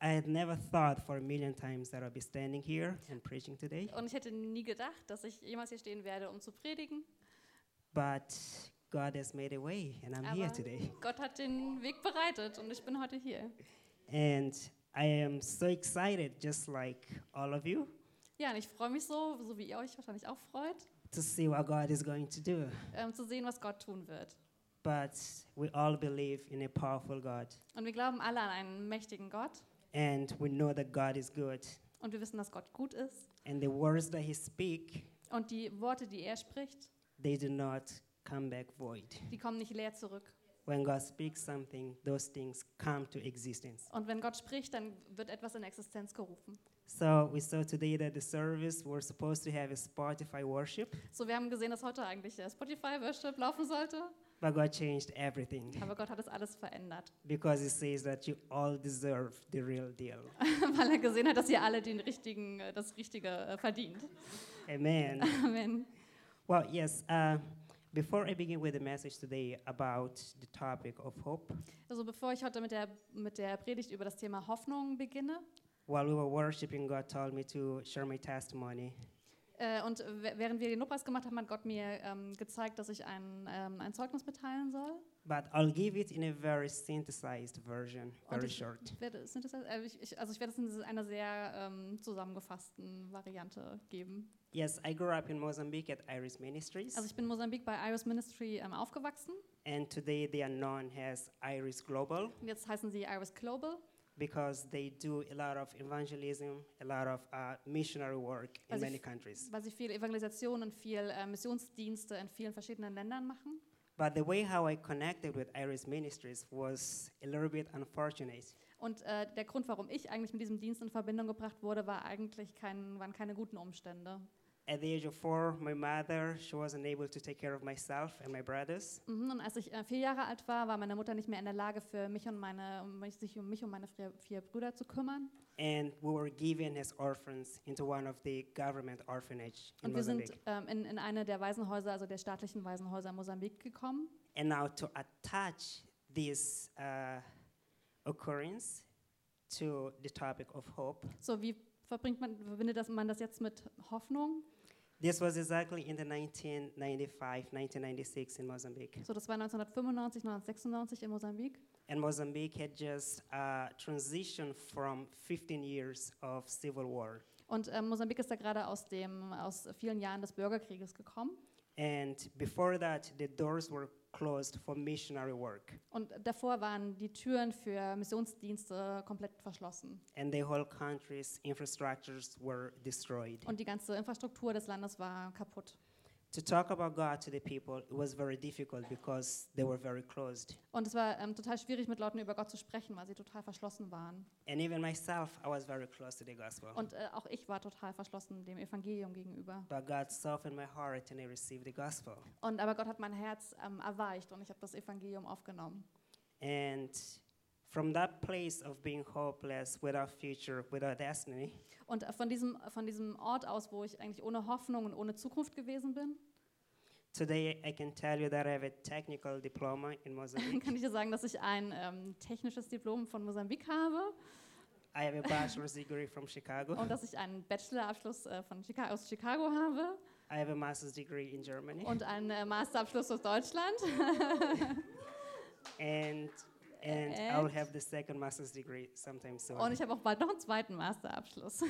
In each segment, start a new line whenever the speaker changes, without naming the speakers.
I had never thought for a million times that I'll be standing here and preaching today,
Und ich hätte nie gedacht, dass ich jemals hier stehen werde, um zu predigen.
but God has made a way, and I'm here
Aber
today.
Gott hat den Weg bereitet und ich bin heute hier.
And I am so excited, just like all of you,
Ja, und ich freue mich so, so wie ihr euch wahrscheinlich auch freut,
to see what God is going to do.
ähm, zu sehen, was Gott tun wird.
But we all believe in a powerful God,
Und wir glauben alle an einen mächtigen Gott
and we know that God is good.
und wir wissen, dass Gott gut ist.
And the words that He speaks,
Und die Worte, die er spricht,
they do not come back void.
die kommen nicht leer zurück.
When God speaks something, those things come to existence.
Und wenn Gott spricht, dann wird etwas in Existenz gerufen.
So we saw today that the service we're supposed to have a Spotify worship,
So, wir haben gesehen, dass heute eigentlich der Spotify-Worship laufen sollte,
but God changed everything
aber Gott hat das alles verändert,
because He says that you all deserve the real deal.
weil er gesehen hat, dass ihr alle den richtigen, äh, das Richtige äh, verdient.
Amen.
Amen.
Well, yes. Uh, before I begin with the message today about the topic of hope,
Also bevor ich heute mit der, mit der Predigt über das Thema Hoffnung beginne
while we were worshiping, God told me to share my testimony.
äh, und w- während wir den Lobpreis gemacht haben, hat Gott mir ähm, gezeigt, dass ich ein, ähm, ein Zeugnis mitteilen soll.
But I'll give it in a very synthesized version,
Und
very
ich-
short.
Ich werde, sind das, äh, ich, ich, also ich werde es in einer sehr ähm, zusammengefassten Variante geben.
Yes, I grew up in Mozambique at Iris Ministries,
Also ich bin in Mosambik bei Iris Ministry ähm, aufgewachsen.
and today they are known as Iris Global
Und jetzt heißen sie Iris Global,
because they do a lot of evangelism, a lot of uh, missionary work in
Also
many
ich-
countries.
weil sie viel Evangelisation und viel äh, Missionsdienste in vielen verschiedenen Ländern machen.
But the way how I connected with Iris Ministries was a little bit unfortunate.
Und äh, der Grund, warum ich eigentlich mit diesem Dienst in Verbindung gebracht wurde, war eigentlich kein, waren keine guten Umstände.
At the age of four, my mother she wasn't able to take care of myself and my brothers,
Mhm, und als ich äh, vier Jahre alt war, war meine Mutter nicht mehr in der Lage, für mich und meine, um mich- sich um mich und meine vier, vier Brüder zu kümmern.
and we were given as orphans into one of the government orphanage in
Und wir sind
Mozambique.
ähm, in, in eine der Waisenhäuser, also der staatlichen Waisenhäuser in Mosambik gekommen.
And now to attach this uh, occurrence to the topic of hope,
So, wie verbringt man, verbindet das, man das jetzt mit Hoffnung?
this was exactly in the 1995, 1996 in Mozambique,
So, das war 1995, 1996 in Mosambik.
and Mozambique had just uh, transitioned from 15 years of civil war.
Und äh, Mosambik ist da gerade aus, dem, aus vielen Jahren des Bürgerkrieges gekommen.
And before that, the doors were closed for missionary work.
Und davor waren die Türen für Missionsdienste komplett verschlossen.
And the whole country's infrastructures were destroyed.
Und die ganze Infrastruktur des Landes war kaputt.
To talk about God to the people, it was very difficult because they were very closed.
Und es war ähm, total schwierig, mit Leuten über Gott zu sprechen, weil sie total verschlossen waren.
And even myself, I was very close to the gospel.
Und äh, auch ich war total verschlossen dem Evangelium gegenüber.
But God softened my heart and I received the gospel.
Und aber Gott hat mein Herz ähm, erweicht und ich habe das Evangelium aufgenommen.
And from that place of being hopeless, without future, without destiny,
Und äh, von diesem, von diesem Ort aus, wo ich eigentlich ohne Hoffnung und ohne Zukunft gewesen bin,
today I can tell you that I have a technical diploma in Mozambique.
kann ich dir sagen, dass ich ein ähm, technisches Diplom von Mosambik habe
I have a bachelor's degree from Chicago.
und dass ich einen Bachelorabschluss äh, von Chica aus Chicago habe
I have a master's degree in Germany,
und einen äh, Masterabschluss aus Deutschland.
and and I will
And-
have the second master's degree sometime soon.
Und ich habe auch bald noch einen zweiten Masterabschluss.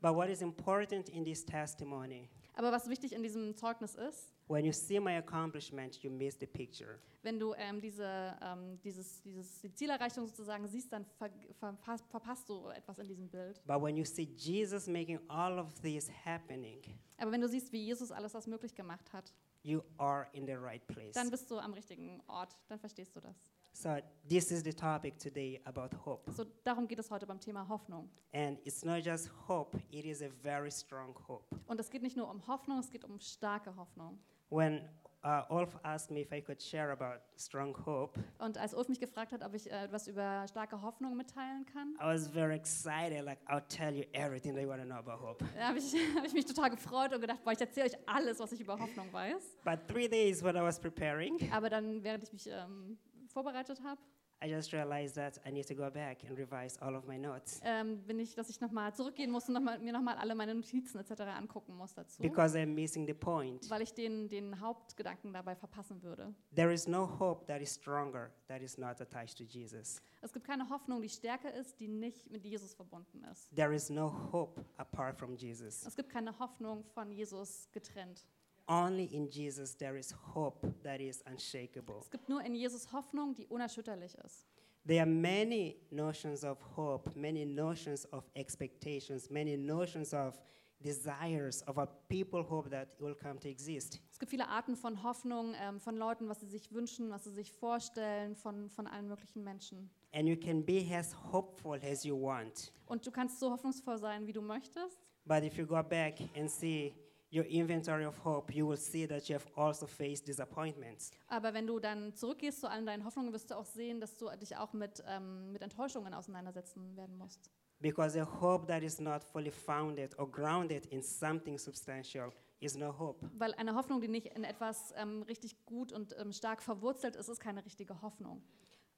But what is important in this testimony,
Aber was wichtig in diesem Zeugnis ist,
when you see my accomplishment, you miss the picture.
wenn du ähm, diese, ähm, dieses, dieses, die Zielerreichung sozusagen siehst, dann ver ver verpasst du etwas in diesem Bild.
But when you see Jesus making all of this happening,
Aber wenn du siehst, wie Jesus alles das möglich gemacht hat,
you are in the right place.
dann bist du am richtigen Ort, dann verstehst du das.
So this is the topic today about hope,
So darum geht es heute beim Thema Hoffnung.
and it's not just hope; it is a very strong hope.
Und es geht nicht nur um Hoffnung, es geht um starke Hoffnung.
When uh, Ulf asked me if I could share about strong hope,
Und als Ulf mich gefragt hat, ob ich äh, etwas über starke Hoffnung mitteilen kann,
I was very excited. Like I'll tell you everything that you want to know about hope.
da habe ich, äh, hab ich mich total gefreut und gedacht, boah, ich erzähle euch alles, was ich über Hoffnung weiß.
But three days when I was preparing,
Aber dann, während ich mich ähm, vorbereitet habe,
I just realized that I need to go back and revise all of my notes
ähm, bin ich, dass ich nochmal zurückgehen muss und noch mal, mir nochmal alle meine Notizen etc. angucken muss dazu,
because I'm missing the point.
weil ich den, den Hauptgedanken dabei verpassen würde.
There is no hope that is stronger that is not attached to Jesus.
Es gibt keine Hoffnung, die stärker ist, die nicht mit Jesus verbunden ist.
There is no hope apart from Jesus.
Es gibt keine Hoffnung von Jesus getrennt.
Only in Jesus there is hope that is unshakable.
Es gibt nur in Jesus Hoffnung, die unerschütterlich ist.
There are many notions of hope, many notions of expectations, many notions of desires of a people hope that will come to exist.
Es gibt viele Arten von Hoffnung, ähm, von Leuten, was sie sich wünschen, was sie sich vorstellen, von, von allen möglichen Menschen.
And you can be as hopeful as you want.
Und du kannst so hoffnungsvoll sein, wie du möchtest.
But if you go back and see your inventory of hope, you will see that you have also faced disappointments.
Aber wenn du dann zurückgehst zu allen deinen Hoffnungen, wirst du auch sehen, dass du dich auch mit, ähm, mit Enttäuschungen auseinandersetzen werden musst.
Because a hope that is not fully founded or grounded in something substantial is no hope.
Weil eine Hoffnung, die nicht in etwas ähm, richtig gut und ähm, stark verwurzelt ist, ist keine richtige Hoffnung.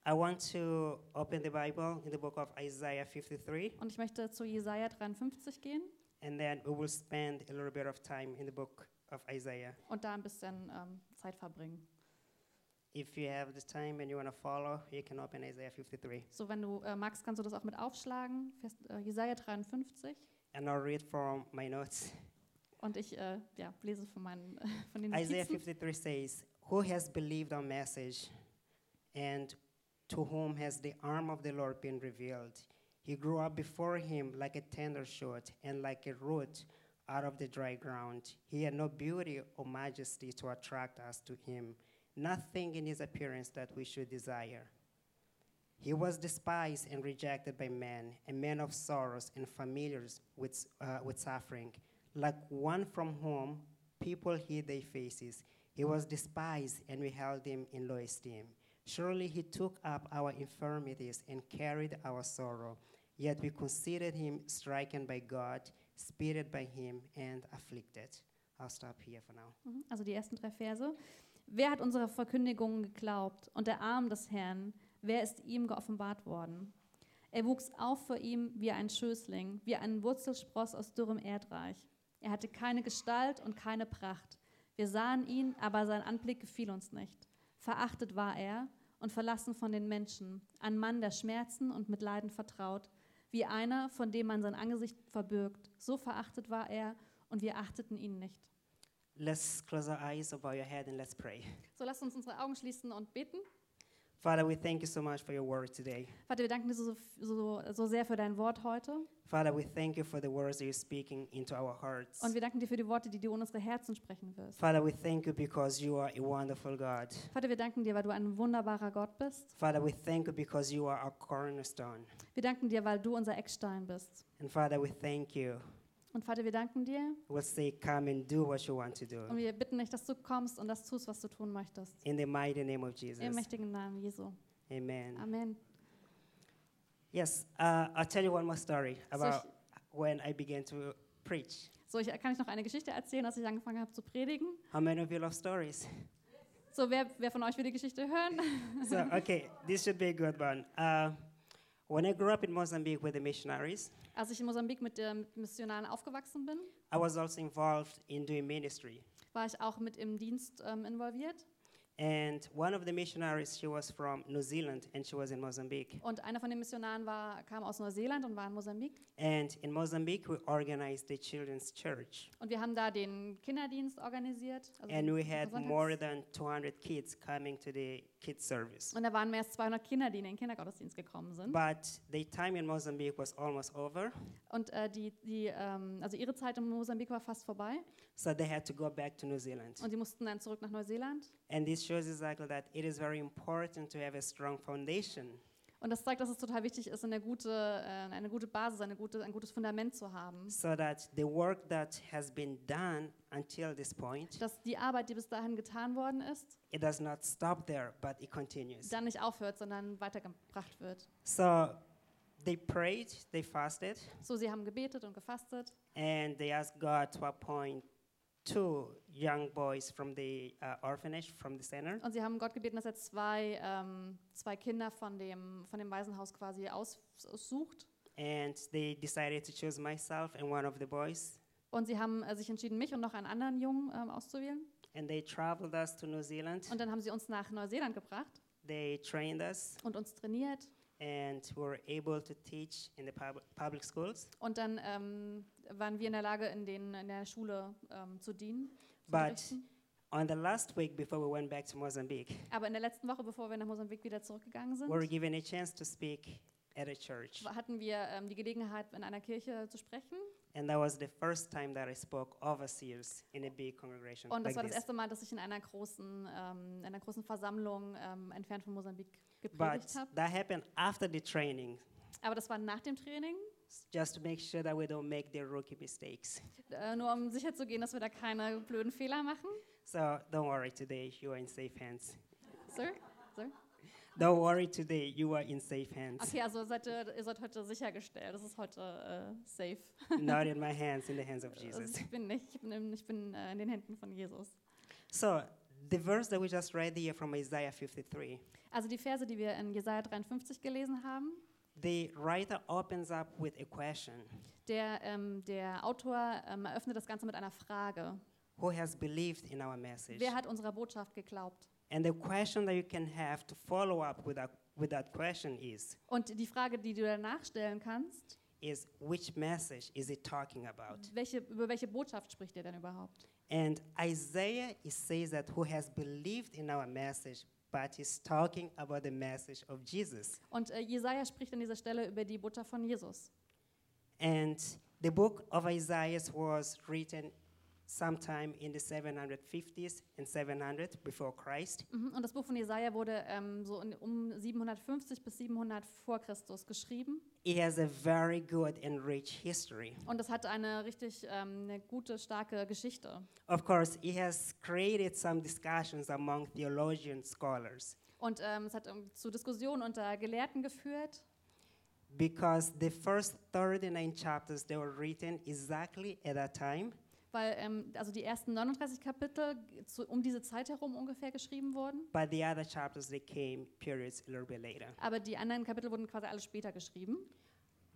I want to open the Bible in the book of Isaiah 53,
Und ich möchte zu Jesaja 53 gehen
and then we will spend a little bit of time in the book of Isaiah.
und da ein bisschen ähm, Zeit verbringen.
If you have the time and you want to follow, you can open Isaiah 53.
So, wenn du äh, magst, kannst du das auch mit aufschlagen. Vers- äh, Jesaja 53.
And I'll read from my notes.
Und ich äh, ja, lese von, meinen, von den
Isaiah
Notizen.
53 says, Who has believed our message, and to whom has the arm of the Lord been revealed? He grew up before him like a tender shoot and like a root out of the dry ground. He had no beauty or majesty to attract us to him, nothing in his appearance that we should desire. He was despised and rejected by men, a man of sorrows and familiar with, uh, with suffering, like one from whom people hid their faces. He was despised, and we held him in low esteem. Surely he took up our infirmities and carried our sorrow. Yet we considered him stricken by God, spitted by him, and afflicted. I'll stop here for now.
Mhm, Also die ersten drei Verse. Wer hat unserer Verkündigung geglaubt und der Arm des Herrn, wer ist ihm geoffenbart worden? Er wuchs auf vor ihm wie ein Schößling, wie ein Wurzelspross aus dürrem Erdreich. Er hatte keine Gestalt und keine Pracht. Wir sahen ihn, aber sein Anblick gefiel uns nicht. Verachtet war er und verlassen von den Menschen, ein Mann der Schmerzen und mit Leiden vertraut, wie einer, von dem man sein Angesicht verbürgt. So verachtet war er und wir achteten ihn nicht.
Let's close our eyes, bow your head, and let's pray.
So lasst uns unsere Augen schließen und beten.
Father, we thank you so much for your word today.
Vater, wir danken dir so, so, so sehr für dein Wort heute.
Father, we thank you for the words that you're speaking into our hearts.
Und wir danken dir für die Worte, die du in unsere Herzen sprechen wirst.
Father, we thank you because you are a wonderful God.
Vater, wir danken dir, weil du ein wunderbarer Gott bist.
Father, we thank you because you are our cornerstone.
Wir danken dir, weil du unser Eckstein bist.
And Father, we thank you.
Und Vater, wir danken dir
We'll say, Come and do what you want to do.
und wir bitten dich, dass du kommst und das tust, was du tun möchtest.
In the mighty name of
Im
Jesus.
mächtigen Namen Jesu.
Amen.
Amen.
Yes, uh, I'll tell you one more story
So
about
ich,
when I began to preach.
so, ich kann ich noch eine Geschichte erzählen, als ich angefangen habe zu predigen.
How many of you love stories?
So, wer, wer von euch will die Geschichte hören?
so, okay, this should be a good one. Uh, when I grew up in Mozambique with the missionaries,
Als ich in Mosambik mit, äh, mit Missionaren aufgewachsen bin,
I was also involved in doing ministry.
war ich auch mit im Dienst ähm, involviert.
And one of the missionaries, she was from New Zealand and she was in Mozambique.
Und einer von den Missionaren war, kam aus Neuseeland und war in Mosambik.
And in Mozambique, we organized the children's church.
Und wir haben da den Kinderdienst organisiert. also
And we
den
had
Sonntags-
more than 200 kids coming to the kids' service.
und da waren mehr als 200 Kinder, die in den Kindergottesdienst gekommen sind.
But the time in Mozambique was almost over,
Und äh, die, die, ähm, also ihre Zeit in Mosambik war fast vorbei.
so they had to go back to New Zealand.
Und sie mussten dann zurück nach Neuseeland.
And this shows exactly that it is very important to have a strong foundation.
Und das zeigt, dass es total wichtig ist, eine gute, äh, eine gute Basis, eine gute, ein gutes Fundament zu haben.
so that the work that has been done until this point
Dass die Arbeit, die bis dahin getan worden ist,
it does not stop there but it continues
dann nicht aufhört, sondern weitergebracht wird.
so they prayed they fasted
So, sie haben gebetet und gefastet.
and they asked god to appoint two young boys from the uh, orphanage, from the center.
Und sie haben Gott gebeten, dass er zwei, ähm, zwei Kinder von dem, von dem Waisenhaus quasi aus- aussucht.
And they decided to choose myself and one of the boys.
Und sie haben äh, sich entschieden, mich und noch einen anderen Jungen ähm, auszuwählen.
And they traveled us to New Zealand.
Und dann haben sie uns nach Neuseeland gebracht
They trained us
und uns trainiert.
and were able to teach in the pub- public schools.
Und dann ähm, waren wir in der Lage, in, den, in der Schule ähm, zu dienen. zu
But-
unterrichten.
On the last week before we went back to Mozambique,
Aber in der letzten Woche, bevor wir nach Mosambik wieder zurückgegangen
we
sind,
were given a chance to speak at a church.
hatten wir ähm, die Gelegenheit, in einer Kirche zu sprechen.
And that was the first time that I spoke overseers in a big congregation
Und das
like
war das
this.
erste Mal, dass ich in einer großen, ähm, in einer großen Versammlung ähm, entfernt von Mosambik
But
gepredigt habe.
that happened after the training,
Aber das war nach dem Training,
s- just to make sure that we don't make the rookie mistakes.
äh, nur um sicherzugehen, dass wir da keine blöden Fehler machen.
So don't worry today, you are in safe hands.
Sir?
Don't worry today, you are in safe hands.
Okay, also seid ihr, ihr seid heute sichergestellt. Das ist heute äh, safe.
Not in my hands, in the hands of
Also
Jesus.
ich bin nicht, ich bin, im- ich bin äh, in den Händen von Jesus.
So the verse that we just read here from Isaiah 53,
Also die Verse, die wir in Jesaja 53 gelesen haben,
the writer opens up with a question.
der, ähm, der Autor ähm, eröffnet das Ganze mit einer Frage.
Who has believed in our message?
Wer hat unserer Botschaft geglaubt?
And the question that you can have to follow up with that, with that question is,
Und die Frage, die du danach stellen kannst,
is which message is it talking about?
Welche, über welche Botschaft spricht ihr denn überhaupt?
And Isaiah it says that who has believed in our message, but is talking about the message of Jesus.
Und äh, Jesaja spricht an dieser Stelle über die Botschaft von Jesus.
And the book of Isaiah was written sometime in the 750s and 700 before Christ.
Mhm. Und das Buch von Jesaja wurde ähm, so in, um 750 bis 700 vor Christus geschrieben.
It has a very good and rich history.
Und das hat eine richtig ähm, eine gute, starke Geschichte.
Of course, it has created some discussions among theologian scholars
Und ähm, es hat ähm, zu Diskussionen unter Gelehrten geführt,
because the first 39 chapters they were written exactly at that time
weil ähm, also die ersten 39 Kapitel zu, um diese Zeit herum ungefähr geschrieben wurden.
but the other chapters they came periods a little bit later.
Aber die anderen Kapitel wurden quasi alle später geschrieben.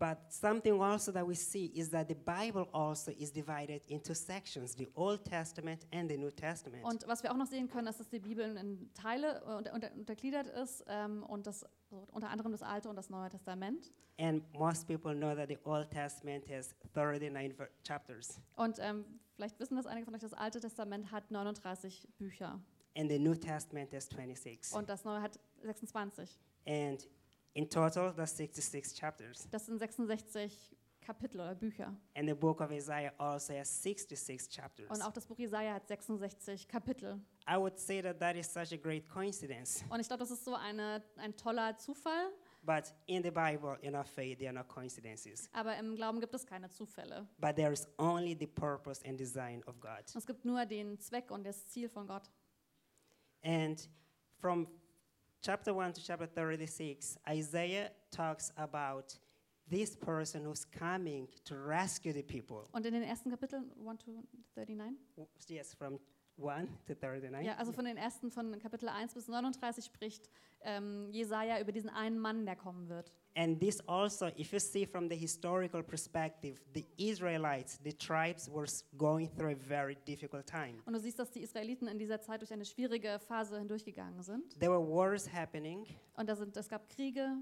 But something also that we see is that the Bible also is divided into sections, the Old Testament and the New Testament.
Und was wir auch noch sehen können, ist, dass die Bibel in Teile äh, unter, unter, untergliedert ist ähm, und das also unter anderem das Alte und das Neue Testament.
and most people know that the Old Testament has 39 ver- chapters
Und ähm, vielleicht wissen das einige von euch, das Alte Testament hat 39 Bücher
and the New Testament has 26.
und das Neue hat 26.
and in total, that's 66 chapters.
Das sind 66 Kapitel oder Bücher.
And the book of Isaiah also has 66 chapters.
Und auch das Buch Jesaja hat 66 Kapitel.
I would say that that is such a great coincidence.
Und ich glaube, das ist so eine, ein toller Zufall,
But in the Bible, in our faith, there are no coincidences.
aber im Glauben gibt es keine Zufälle.
But there is only the purpose and design of God.
Es gibt nur den Zweck und das Ziel von Gott.
And from chapter 1 to chapter 36, Isaiah talks about this person who's coming to rescue the people.
Und in den ersten Kapiteln, 1 to 39,
W- Yes, from 1 to 39.
Ja, also von den ersten, von Kapitel 1 bis 39 spricht ähm, Jesaja über diesen einen Mann, der kommen wird.
And this also, if you see from the historical perspective, the Israelites, the tribes, were s- going through a very difficult time.
Und du siehst, dass die Israeliten in dieser Zeit durch eine schwierige Phase hindurchgegangen sind.
There were wars happening.
Und da sind, es gab Kriege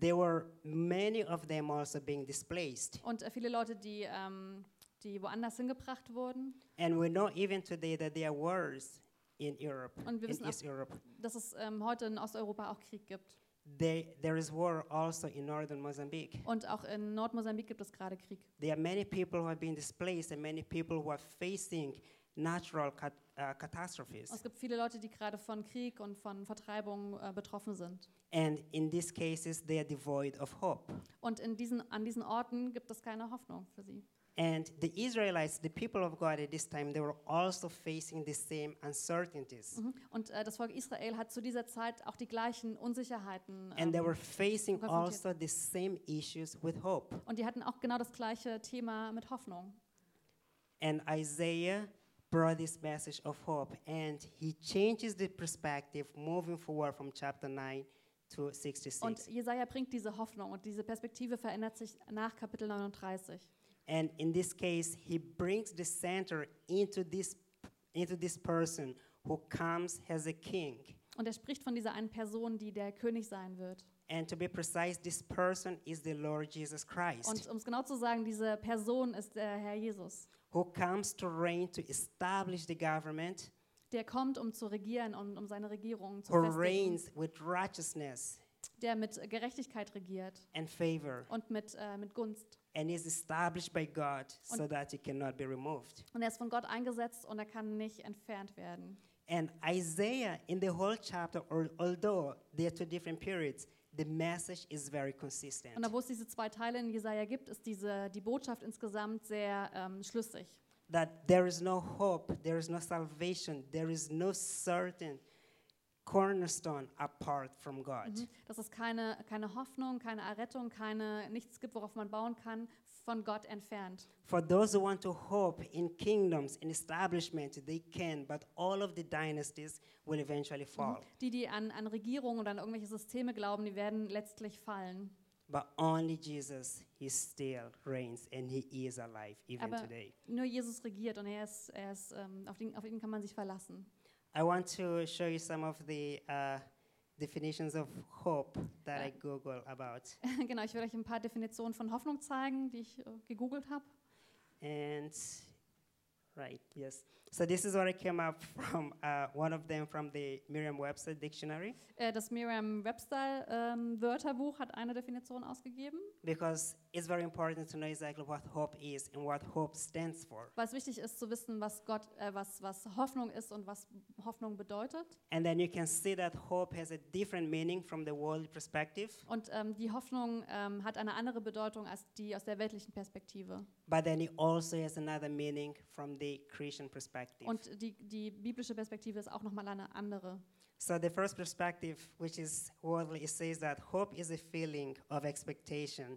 There were many of them also being displaced.
und äh, viele Leute, die, ähm, die woanders hingebracht wurden.
And we know even today that there are wars in Europe,
Und wir
in
wissen auch,
East Europe.
dass es ähm, heute in Osteuropa auch Krieg gibt.
They, there is war also in northern Mozambique.
Und auch in Nordmosambik gibt es gerade Krieg.
There are many people who have been displaced and many people who are facing natural cat, uh, catastrophes.
Und es gibt viele Leute, die gerade von Krieg und von Vertreibung äh, betroffen sind.
And in these cases, they are devoid of hope.
Und in diesen, an diesen Orten gibt es keine Hoffnung für sie.
And the Israelites, the people of God at this time, they were also facing the same uncertainties.
Mhm. Und äh, das Volk Israel hat zu dieser Zeit auch die gleichen Unsicherheiten.
And they
Ähm,
were facing
Konfrontiert.
also the same issues with hope.
und die hatten auch genau das gleiche Thema mit Hoffnung.
And Isaiah brought this message of hope, and he changes the perspective moving forward from chapter 9 to 66.
Und Jesaja bringt diese Hoffnung und diese Perspektive verändert sich nach Kapitel 39.
and in this case, he brings the center into this, into this person who comes as a king.
Und er spricht von dieser einen Person, die der König sein wird.
And to be precise, this person is the Lord Jesus Christ,
Und um es genau zu sagen, diese Person ist der Herr Jesus.
who comes to reign to establish the government,
Der kommt, um zu regieren und um seine Regierung zu
who
festigen.
reigns with righteousness
Der mit Gerechtigkeit regiert
and favor,
und mit, äh, mit Gunst.
and is established by God so that it cannot be removed.
Und er ist von Gott eingesetzt und er kann nicht entfernt werden.
And Isaiah, in the whole chapter, or, although they are two different periods, the message is very consistent.
Und obwohl es diese zwei Teile in Jesaja gibt, ist diese, die Botschaft insgesamt sehr ähm, schlüssig.
That there is no hope, there is no salvation, there is no certain cornerstone apart from God.
Mhm. Dass es keine, keine Hoffnung, keine Errettung, keine, nichts gibt, worauf man bauen kann, von Gott entfernt.
For those who want to hope in kingdoms, in establishment, they can, but all of the dynasties will eventually fall.
Die, die an, an Regierungen oder an irgendwelche Systeme glauben, die werden letztlich fallen.
But only Jesus, he still reigns and he is alive even
Aber
today.
nur Jesus regiert und er ist, er ist ähm, auf, den, auf ihn kann man sich verlassen.
I want to show you some of the uh, definitions of hope that I Google about.
genau, ich werde euch ein paar Definitionen von Hoffnung zeigen, die ich äh, gegoogelt habe.
And right, yes. So this is what I came up from uh, one of them from the Merriam-Webster dictionary
Äh, das Merriam-Webster-Wörterbuch hat eine Definition ausgegeben.
because it's very important to know exactly what hope is and what hope stands for.
Was wichtig ist zu wissen, was Gott, äh, was, was Hoffnung ist und was Hoffnung bedeutet.
And then you can see that hope has a different meaning from the worldly perspective,
Und ähm, die Hoffnung ähm, hat eine andere Bedeutung als die aus der weltlichen Perspektive.
but then it also has another meaning from the Christian perspective.
Und die, die biblische Perspektive ist auch nochmal eine andere.
So the first perspective, which is worldly, it says that hope is a feeling of expectation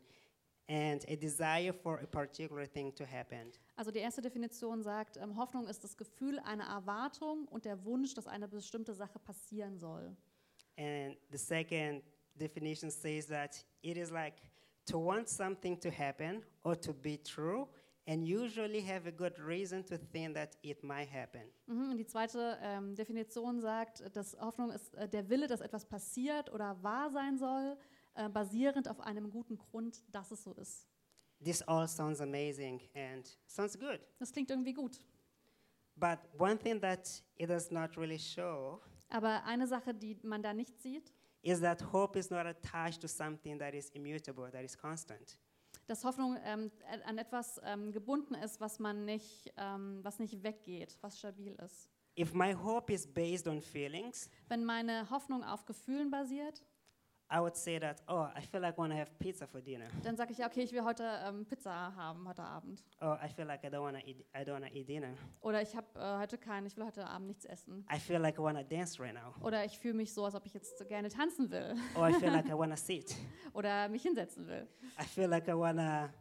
and a desire for a particular thing to happen.
Also die erste Definition sagt, ähm, Hoffnung ist das Gefühl einer Erwartung und der Wunsch, dass eine bestimmte Sache passieren soll.
And the second definition says that it is like to want something to happen or to be true and usually have a good reason to think that it might happen.
Mhm. Und die zweite ähm, Definition sagt, dass Hoffnung ist äh, der Wille, dass etwas passiert oder wahr sein soll, äh, basierend auf einem guten Grund, dass es so ist.
This all sounds amazing and sounds good.
Das klingt irgendwie gut.
But one thing that it does not really show
Aber eine Sache, die man da nicht sieht,
is that hope is not attached to something that is immutable, that is constant.
dass Hoffnung ähm, äh, an etwas ähm, gebunden ist, was man nicht, ähm, was nicht weggeht, was stabil ist.
If my hope is based on feelings,
Wenn meine Hoffnung auf Gefühlen basiert,
I would say that, oh, I feel like I want to have pizza for dinner.
dann sage ich, ja, okay, ich will heute ähm, Pizza haben, heute Abend.
Oh, I feel like I don't want to eat, I don't want to eat dinner.
Oder ich habe äh, heute keinen, ich will heute Abend nichts essen.
I feel like I want to dance right now.
Oder ich fühle mich so, als ob ich jetzt gerne tanzen will
Or I feel like I want to sit.
oder mich hinsetzen will.
I feel like I want to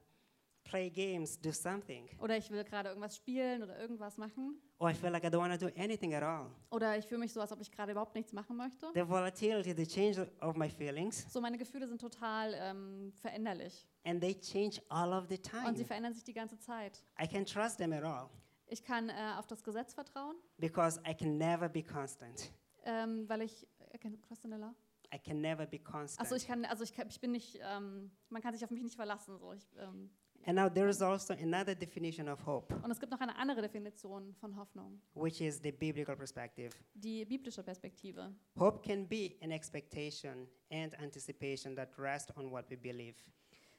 play games, do something.
Oder ich will gerade irgendwas spielen oder irgendwas machen.
Or I feel like I don't want to do anything at all.
Oder ich fühle mich so, als ob ich gerade überhaupt nichts machen möchte.
The volatility, the change of my feelings,
So, meine Gefühle sind total ähm, veränderlich.
and they change all of the
Und
time.
sie verändern sich die ganze Zeit.
I can trust them at all
Ich kann äh, auf das Gesetz vertrauen,
because I can never be constant.
ähm, weil ich. I can trust in the law.
I can never be constant.
Achso, ich kann, also ich, kann, ich bin nicht, ähm, man kann sich auf mich nicht verlassen. So. Ich, ähm,
and now there is also another definition of hope,
und es gibt noch eine andere Definition von Hoffnung,
which is the biblical perspective.
die biblische Perspektive.
Hope can be an expectation and anticipation that rest on what we believe.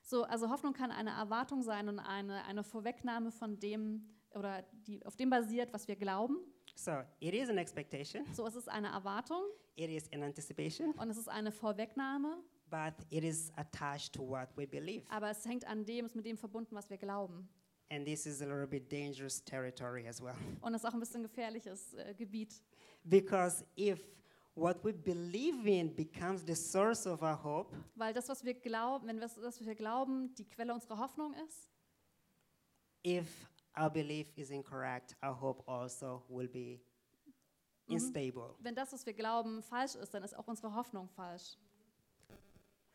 So, also Hoffnung kann eine Erwartung sein und eine, eine Vorwegnahme von dem oder die auf dem basiert, was wir glauben.
So it is an expectation,
So, es ist eine Erwartung
it is an anticipation,
und es ist eine Vorwegnahme,
but it is attached to what we believe.
aber es hängt an dem, ist mit dem verbunden, was wir glauben.
And this is a little bit dangerous territory as well.
Und es ist auch ein bisschen gefährliches äh, Gebiet.
Because if what we believe in becomes the source of our hope,
Weil das, was wir glauben, wenn das, was wir glauben, die Quelle unserer Hoffnung ist,
if our belief is incorrect, our hope also will be unstable.
Wenn das, was wir glauben, falsch ist, dann ist auch unsere Hoffnung falsch.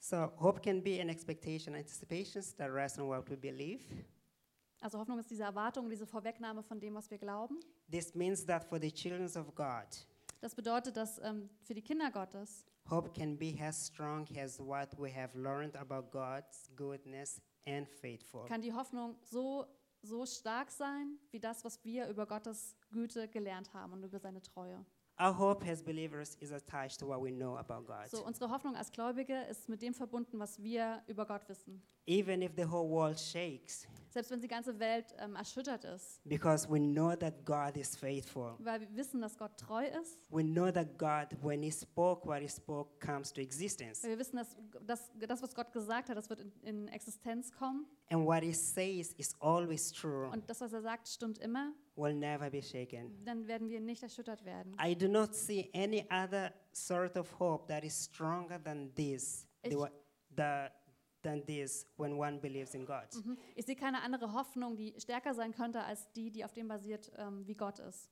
So hope can be an expectation, anticipations that rest on what we believe.
Also Hoffnung ist diese Erwartung, diese Vorwegnahme von dem, was wir glauben.
This means that for the children of God,
Das bedeutet, dass ähm, für die Kinder Gottes
hope can be as strong as what we have learned about God's goodness and faithful.
kann die Hoffnung so, so stark sein, wie das, was wir über Gottes Güte gelernt haben und über seine Treue.
Our hope as believers is attached to what we know about God.
So, unsere Hoffnung als Gläubige ist mit dem verbunden, was wir über Gott wissen.
Even if the whole world shakes,
Selbst wenn die ganze Welt ähm, erschüttert ist,
because we know that God is faithful.
weil wir wissen, dass Gott treu ist,
We know that God, when He spoke, what He spoke comes to existence.
weil wir wissen, dass, dass das, was Gott gesagt hat, das wird in, in Existenz kommen
And what He says is always true,
und das, was er sagt, stimmt immer,
will never be shaken.
dann werden wir nicht erschüttert werden.
I do not see any other sort of hope that is stronger than this, the,
Ich-
wa- the, than this when one believes in God.
Mhm. Ich sehe keine andere Hoffnung, die stärker sein könnte als die, die auf dem basiert, ähm, wie Gott ist.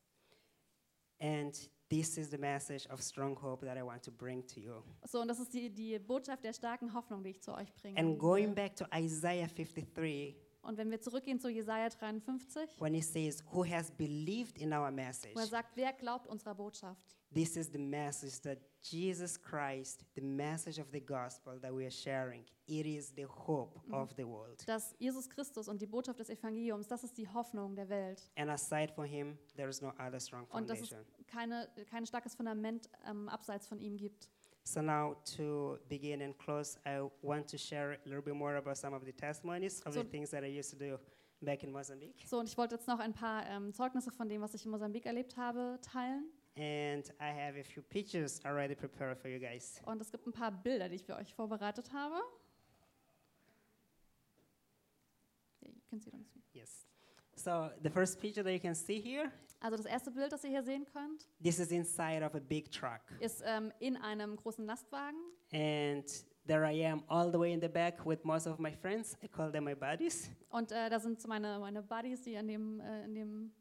And this is the message of strong hope that I want to bring to you.
So, und das ist die, die Botschaft der starken Hoffnung, die ich zu euch bringe.
And going back to Isaiah 53,
Und wenn wir zurückgehen zu Jesaja 53,
when he says, Who has believed in our message?
wo er sagt, wer glaubt unserer Botschaft?
This is the message that Jesus Christ, the message of the gospel that we are sharing, it is the hope of the world.
Dass Jesus Christus und die Botschaft des Evangeliums, das ist die Hoffnung der Welt.
And aside from him, there is no other strong
Und dass es
foundation.
keine, kein starkes Fundament ähm, abseits von ihm gibt.
So now to begin and close, I want to share a little bit more about some of the testimonies of
So-
the things that I used to do back in Mozambique.
So, und ich wollte jetzt noch ein paar ähm, Zeugnisse von dem, was ich in Mosambik erlebt habe, teilen.
And I have a few pictures already prepared for you guys.
Und es gibt ein paar Bilder, die ich für euch vorbereitet habe. Yeah, you can see it on the screen.
Yes. So the first picture that you can see here,
Also das erste Bild, das ihr hier sehen könnt,
this is inside of a big truck.
ist ähm, in einem großen Lastwagen.
And there I am, all the way in the back with most of my friends. I call them my buddies.
Und äh, da sind so meine, meine Buddies, die an dem, äh, in dem,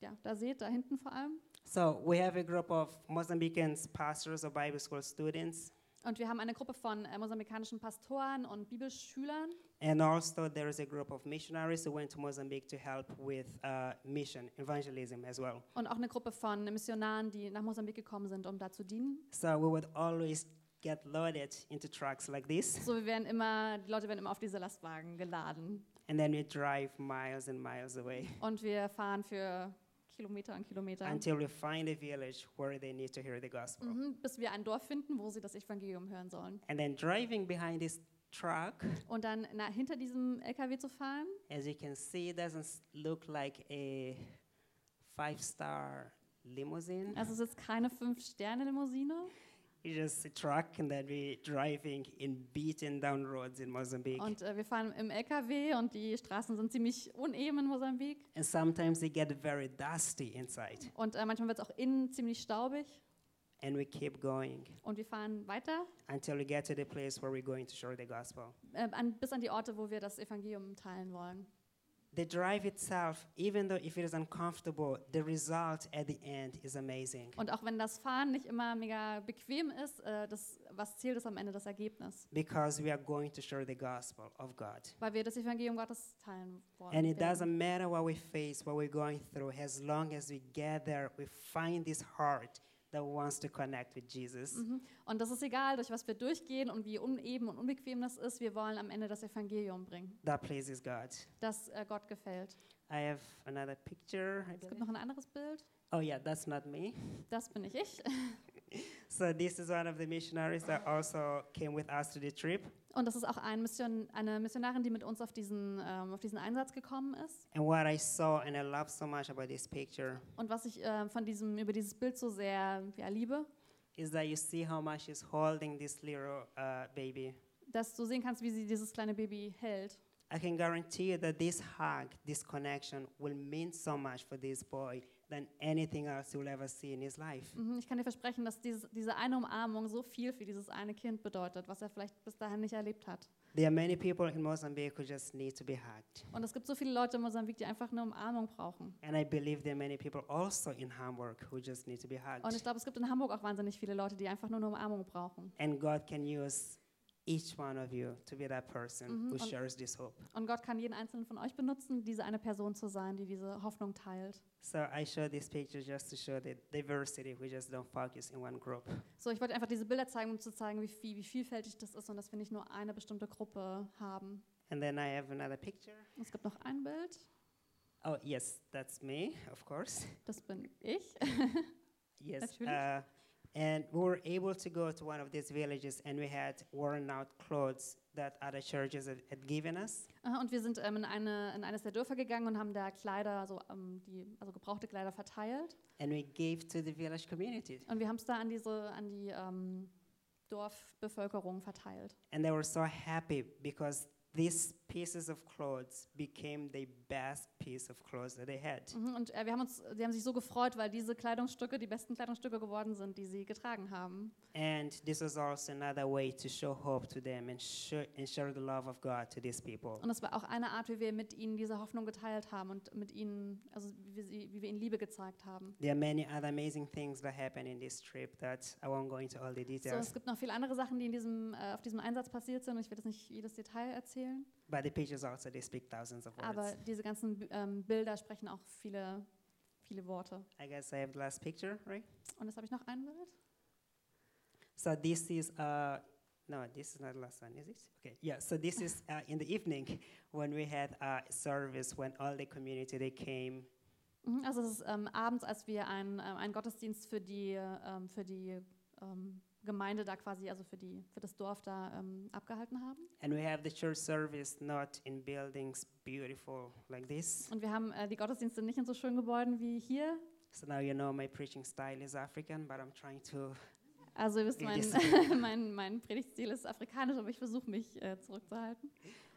ja, da seht, da hinten vor allem.
So we have a group of Mozambicans, pastors, or Bible school students.
Und wir haben eine Gruppe von äh, mosambikanischen Pastoren und Bibelschülern.
And also, there is a group of missionaries who went to Mozambique to help with uh, mission evangelism as well.
Und auch eine Gruppe von Missionaren, die nach Mosambik gekommen sind, um da zu dienen.
So we would always get loaded into trucks like this,
So, wir werden immer, die Leute werden immer auf diese Lastwagen geladen.
and then we drive miles and miles away
Und wir fahren für Kilometer und Kilometer,
until we find a village where they need to hear the gospel.
mhm, bis wir ein Dorf finden, wo sie das Evangelium hören sollen.
And then driving behind this truck,
Und dann na, hinter diesem LKW zu fahren.
as you can see, it doesn't s- look like a five-star limousine.
Also es ist keine Fünf-Sterne-Limousine.
It's just a truck, and then we're driving in beaten down roads in Mozambique.
Und äh, wir fahren im LKW und die Straßen sind ziemlich uneben in Mosambik.
And sometimes they get very dusty inside.
Und äh, manchmal wird es auch innen ziemlich staubig.
And we keep going
Und wir fahren weiter
until we get to the place where we're going to share the gospel.
äh, an, bis an die Orte, wo wir das Evangelium teilen wollen.
The drive itself, even though if it is uncomfortable, the result at the end is amazing.
Und auch wenn das Fahren nicht immer mega bequem ist, äh, das, was zählt, ist am Ende das Ergebnis.
Because we are going to share the gospel of God.
Weil wir das Evangelium Gottes teilen wollen. Genau.
And it
werden.
doesn't matter what we face, what we're going through, as long as we get there, we find this heart that wants to connect with Jesus.
Mhm. Und das ist egal, durch was wir durchgehen und wie uneben und unbequem das ist. Wir wollen am Ende das Evangelium bringen,
That pleases God.
das äh, Gott gefällt.
I have another picture. I
Es
believe.
gibt noch ein anderes Bild.
Oh, yeah, that's not me.
Das bin ich ich.
So this is one of the missionaries that also came with us to the trip.
Und das ist auch ein Mission, eine Missionarin, die mit uns auf diesen, ähm, auf diesen Einsatz gekommen ist.
And what I saw and I love so much about this picture
Und was ich äh, von diesem, über dieses Bild so sehr ja, liebe,
is that you see how much she's holding this little uh, baby.
dass du sehen kannst, wie sie dieses kleine Baby hält.
I can guarantee you that this hug, this connection, will mean so much for this boy than anything else he will ever see in his life.
Mhm, Ich kann dir versprechen, dass dieses, diese eine Umarmung so viel für dieses eine Kind bedeutet, was er vielleicht bis dahin nicht erlebt hat.
There are many people in Mozambique who just need to be hugged.
Und es gibt so viele Leute in Mosambik, die einfach eine Umarmung brauchen.
And I believe there are many people also in Hamburg who just need to be
Und ich
hugged.
glaube, es gibt in Hamburg auch wahnsinnig viele Leute, die einfach nur eine Umarmung brauchen.
And God can use each one of you to be that person
Mhm,
who
und-
shares this hope.
Und Gott kann jeden einzelnen von euch benutzen, diese eine Person zu sein, die diese Hoffnung teilt.
So I show this picture just to show the diversity. We just don't focus in one group.
So, ich wollte einfach diese Bilder zeigen, um zu zeigen, wie, viel, wie vielfältig das ist und dass wir nicht nur eine bestimmte Gruppe haben.
And then I have another picture.
Es gibt noch ein Bild,
Oh, yes, that's me, of course.
das bin ich.
Yes.
Natürlich.
Uh, and we were able to go to one of these villages and we had worn out clothes that other churches had, had given us.
Aha, Und wir sind ähm, in, eine, in eines der Dörfer gegangen und haben da Kleider, so, ähm, die, also gebrauchte Kleider verteilt.
And we gave to the village community.
Und wir haben es da an diese, an die ähm, Dorfbevölkerung verteilt.
And they were so happy because these pieces of clothes became the best piece of clothes that they had.
Mhm, Und äh, wir haben uns, sie haben sich so gefreut, weil diese Kleidungsstücke die besten Kleidungsstücke geworden sind, die sie getragen haben.
And this was also another way to show hope to them and, show, and share the love of God to these people.
Und das war auch eine Art, wie wir mit ihnen diese Hoffnung geteilt haben und mit ihnen, also wie wir, sie, wie wir ihnen Liebe gezeigt haben.
There are many other amazing things that happened in this trip that I won't go into all the
So,
details,
es gibt noch viele andere Sachen, die in diesem, äh, auf diesem Einsatz passiert sind. und Ich will das nicht jedes Detail erzählen,
but the pictures also they speak thousands of words.
aber diese ganzen ähm, Bilder sprechen auch viele, viele Worte.
I guess I have the last picture, right?
Und jetzt habe ich noch ein Bild.
So this is uh no, this is not the last one, is it? Okay, yeah. So this is uh, in the evening when we had a service when all the community they came
Mhm, Also es ist ähm, abends, als wir einen, ähm, einen Gottesdienst für die, ähm, für die ähm, Gemeinde da quasi, also für, die, für das Dorf da ähm, abgehalten haben.
and we have the church service not in buildings beautiful like this.
Und wir haben äh, die Gottesdienste nicht in so schönen Gebäuden wie hier.
So now you know my preaching style is African, but I'm trying to
Also ihr wisst,
Ja,
mein,
das-
mein, mein Predigtstil ist afrikanisch, aber ich versuche mich äh, zurückzuhalten,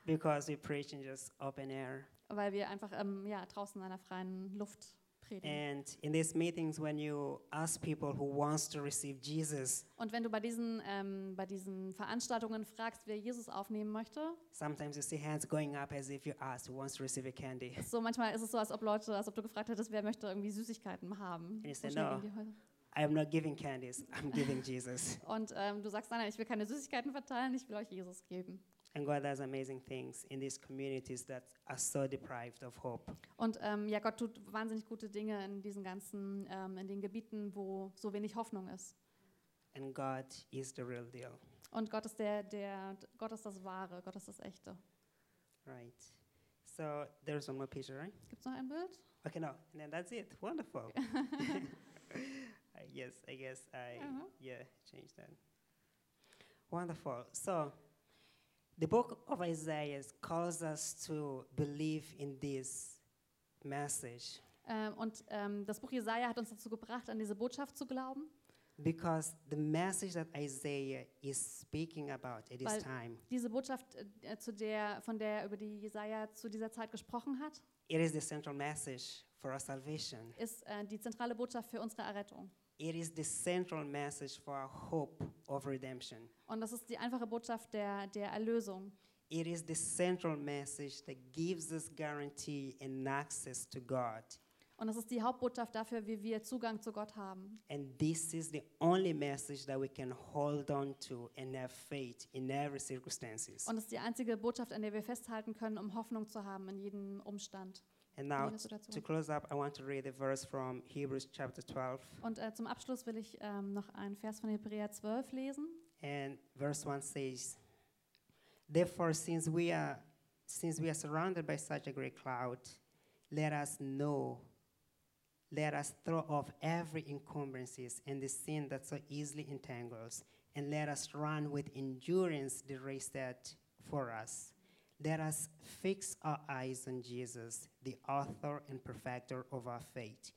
because we preach in just open air.
weil wir einfach ähm, ja, draußen in einer freien Luft predigen.
And in these meetings when you ask people who wants to receive Jesus,
Und wenn du bei diesen, ähm, bei diesen Veranstaltungen fragst, wer Jesus aufnehmen möchte,
sometimes you see hands going up as if you asked who wants to receive a candy.
ist so manchmal ist es so, als ob Leute, als ob du gefragt hättest, wer möchte irgendwie Süßigkeiten haben.
And you
So
say,
schnell
"No."
gehen die Häuser.
I am not giving candies, I'm giving Jesus.
Und ähm, du sagst, nein, nein, ich will keine Süßigkeiten verteilen, ich will euch Jesus geben.
And God does amazing things in these communities that are so deprived of hope.
Und ähm, ja, Gott tut wahnsinnig gute Dinge in diesen ganzen, ähm, in den Gebieten, wo so wenig Hoffnung ist.
And God is the real deal,
Und Gott ist der, der, Gott ist das Wahre, Gott ist das Echte.
right? So there's one more picture, right?
Gibt es noch ein Bild?
Okay, no, and then that's it. Wonderful. I guess, I guess I,
Uh-huh.
yeah, change that. Wonderful. So the book of Isaiah calls us to believe in this message
Ähm, und ähm, das Buch Jesaja hat uns dazu gebracht, an diese Botschaft zu glauben,
because the message that Isaiah is speaking about at
Weil-
this time
diese Botschaft, äh, zu der, von der über die Jesaja zu dieser Zeit gesprochen hat,
It is the central message for our salvation.
ist äh, die zentrale Botschaft für unsere Errettung.
It is the central message for our hope of redemption.
Und das ist die einfache Botschaft der, der Erlösung.
It is the central message that gives us guarantee and access to God.
Und das ist die Hauptbotschaft dafür, wie wir Zugang zu Gott haben.
And this is the only message that we can hold on to and have faith in every circumstances.
Und es ist die einzige Botschaft, an der wir festhalten können, um Hoffnung zu haben in jedem Umstand,
And
in
now
jeder
to
Situation.
close up, I want to read a verse from Hebrews chapter 12
Und äh, zum Abschluss will ich ähm, noch einen Vers von Hebräer 12 lesen.
and verse 1 says, Therefore, since we are since we are surrounded by such a great cloud, let us know, let us throw off every encumbrances and the sin that so easily entangles, and let us run with endurance the race that for us. Let us fix our eyes on Jesus, the author and perfecter of our faith,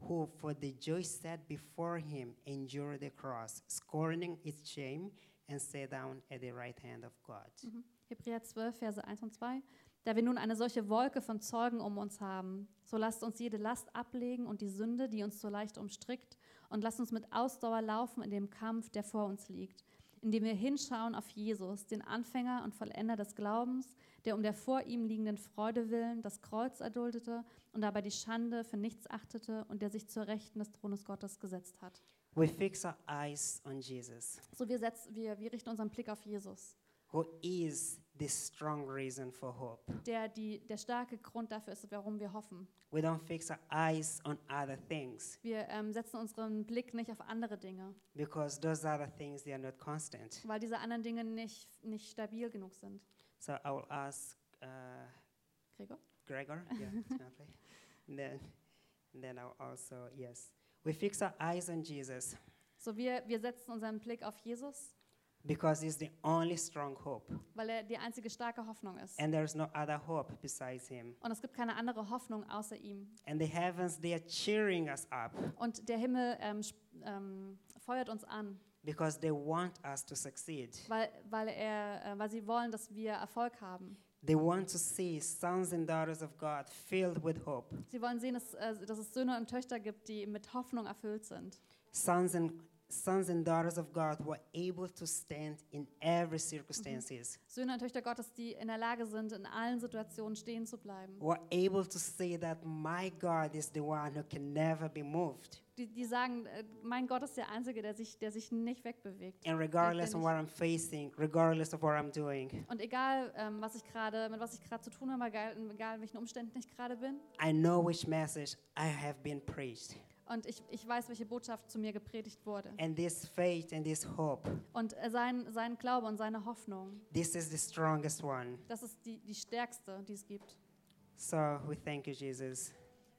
who for the joy set before him endured the cross, scorning its shame, and sat down at the right hand of God.
Mhm. Hebräer 12, Verse 1 und 2. Da wir nun eine solche Wolke von Zeugen um uns haben, so lasst uns jede Last ablegen und die Sünde, die uns so leicht umstrickt, und lasst uns mit Ausdauer laufen in dem Kampf, der vor uns liegt, indem wir hinschauen auf Jesus, den Anfänger und Vollender des Glaubens, der um der vor ihm liegenden Freude willen das Kreuz erduldete und dabei die Schande für nichts achtete und der sich zur Rechten des Thrones Gottes gesetzt hat.
We fix our eyes on Jesus,
So, wir, setz, wir, wir richten unseren Blick auf Jesus,
who is the strong reason for hope.
der die, der starke Grund dafür ist, warum wir hoffen.
We don't fix our eyes on other things
Wir ähm, setzen unseren Blick nicht auf andere Dinge,
because those other things they are not constant.
weil diese anderen Dinge nicht, nicht stabil genug sind.
So I will ask uh,
Gregor?
Gregor, yeah, definitely. and then, and then I'll also yes, we fix our eyes on Jesus
So, wir, wir setzen unseren Blick auf Jesus,
because He's the only strong hope,
weil er die einzige starke Hoffnung ist.
and there is no other hope besides Him.
Und es gibt keine andere Hoffnung außer ihm.
And the heavens they are cheering us up
Und der Himmel ähm, sp- ähm, feuert uns an,
because they want us to succeed.
weil, weil, er, äh, weil sie wollen, dass wir Erfolg haben.
They want to see sons and daughters of God filled with hope,
Sie wollen sehen, dass, äh, dass es Söhne und Töchter gibt, die mit Hoffnung erfüllt sind.
sons and sons and daughters of God who are able to stand in every circumstances,
Söhne und Töchter Gottes, die in der Lage sind, in allen Situationen stehen zu bleiben.
who are able to say that my God is the one who can never be moved.
Die, die sagen, äh, mein Gott ist der Einzige, der sich, der sich nicht wegbewegt.
And regardless of what I'm facing, regardless of what I'm doing,
Und egal, ähm, was ich gerade, mit was ich gerade zu tun habe, egal, egal in welchen Umständen ich gerade bin.
I know which message I have been preached.
Und ich, ich weiß, welche Botschaft zu mir gepredigt wurde.
And this faith and this hope,
Und äh, sein, sein Glaube und seine Hoffnung,
this is the strongest one.
das ist die, die stärkste, die es gibt.
So we thank you, Jesus.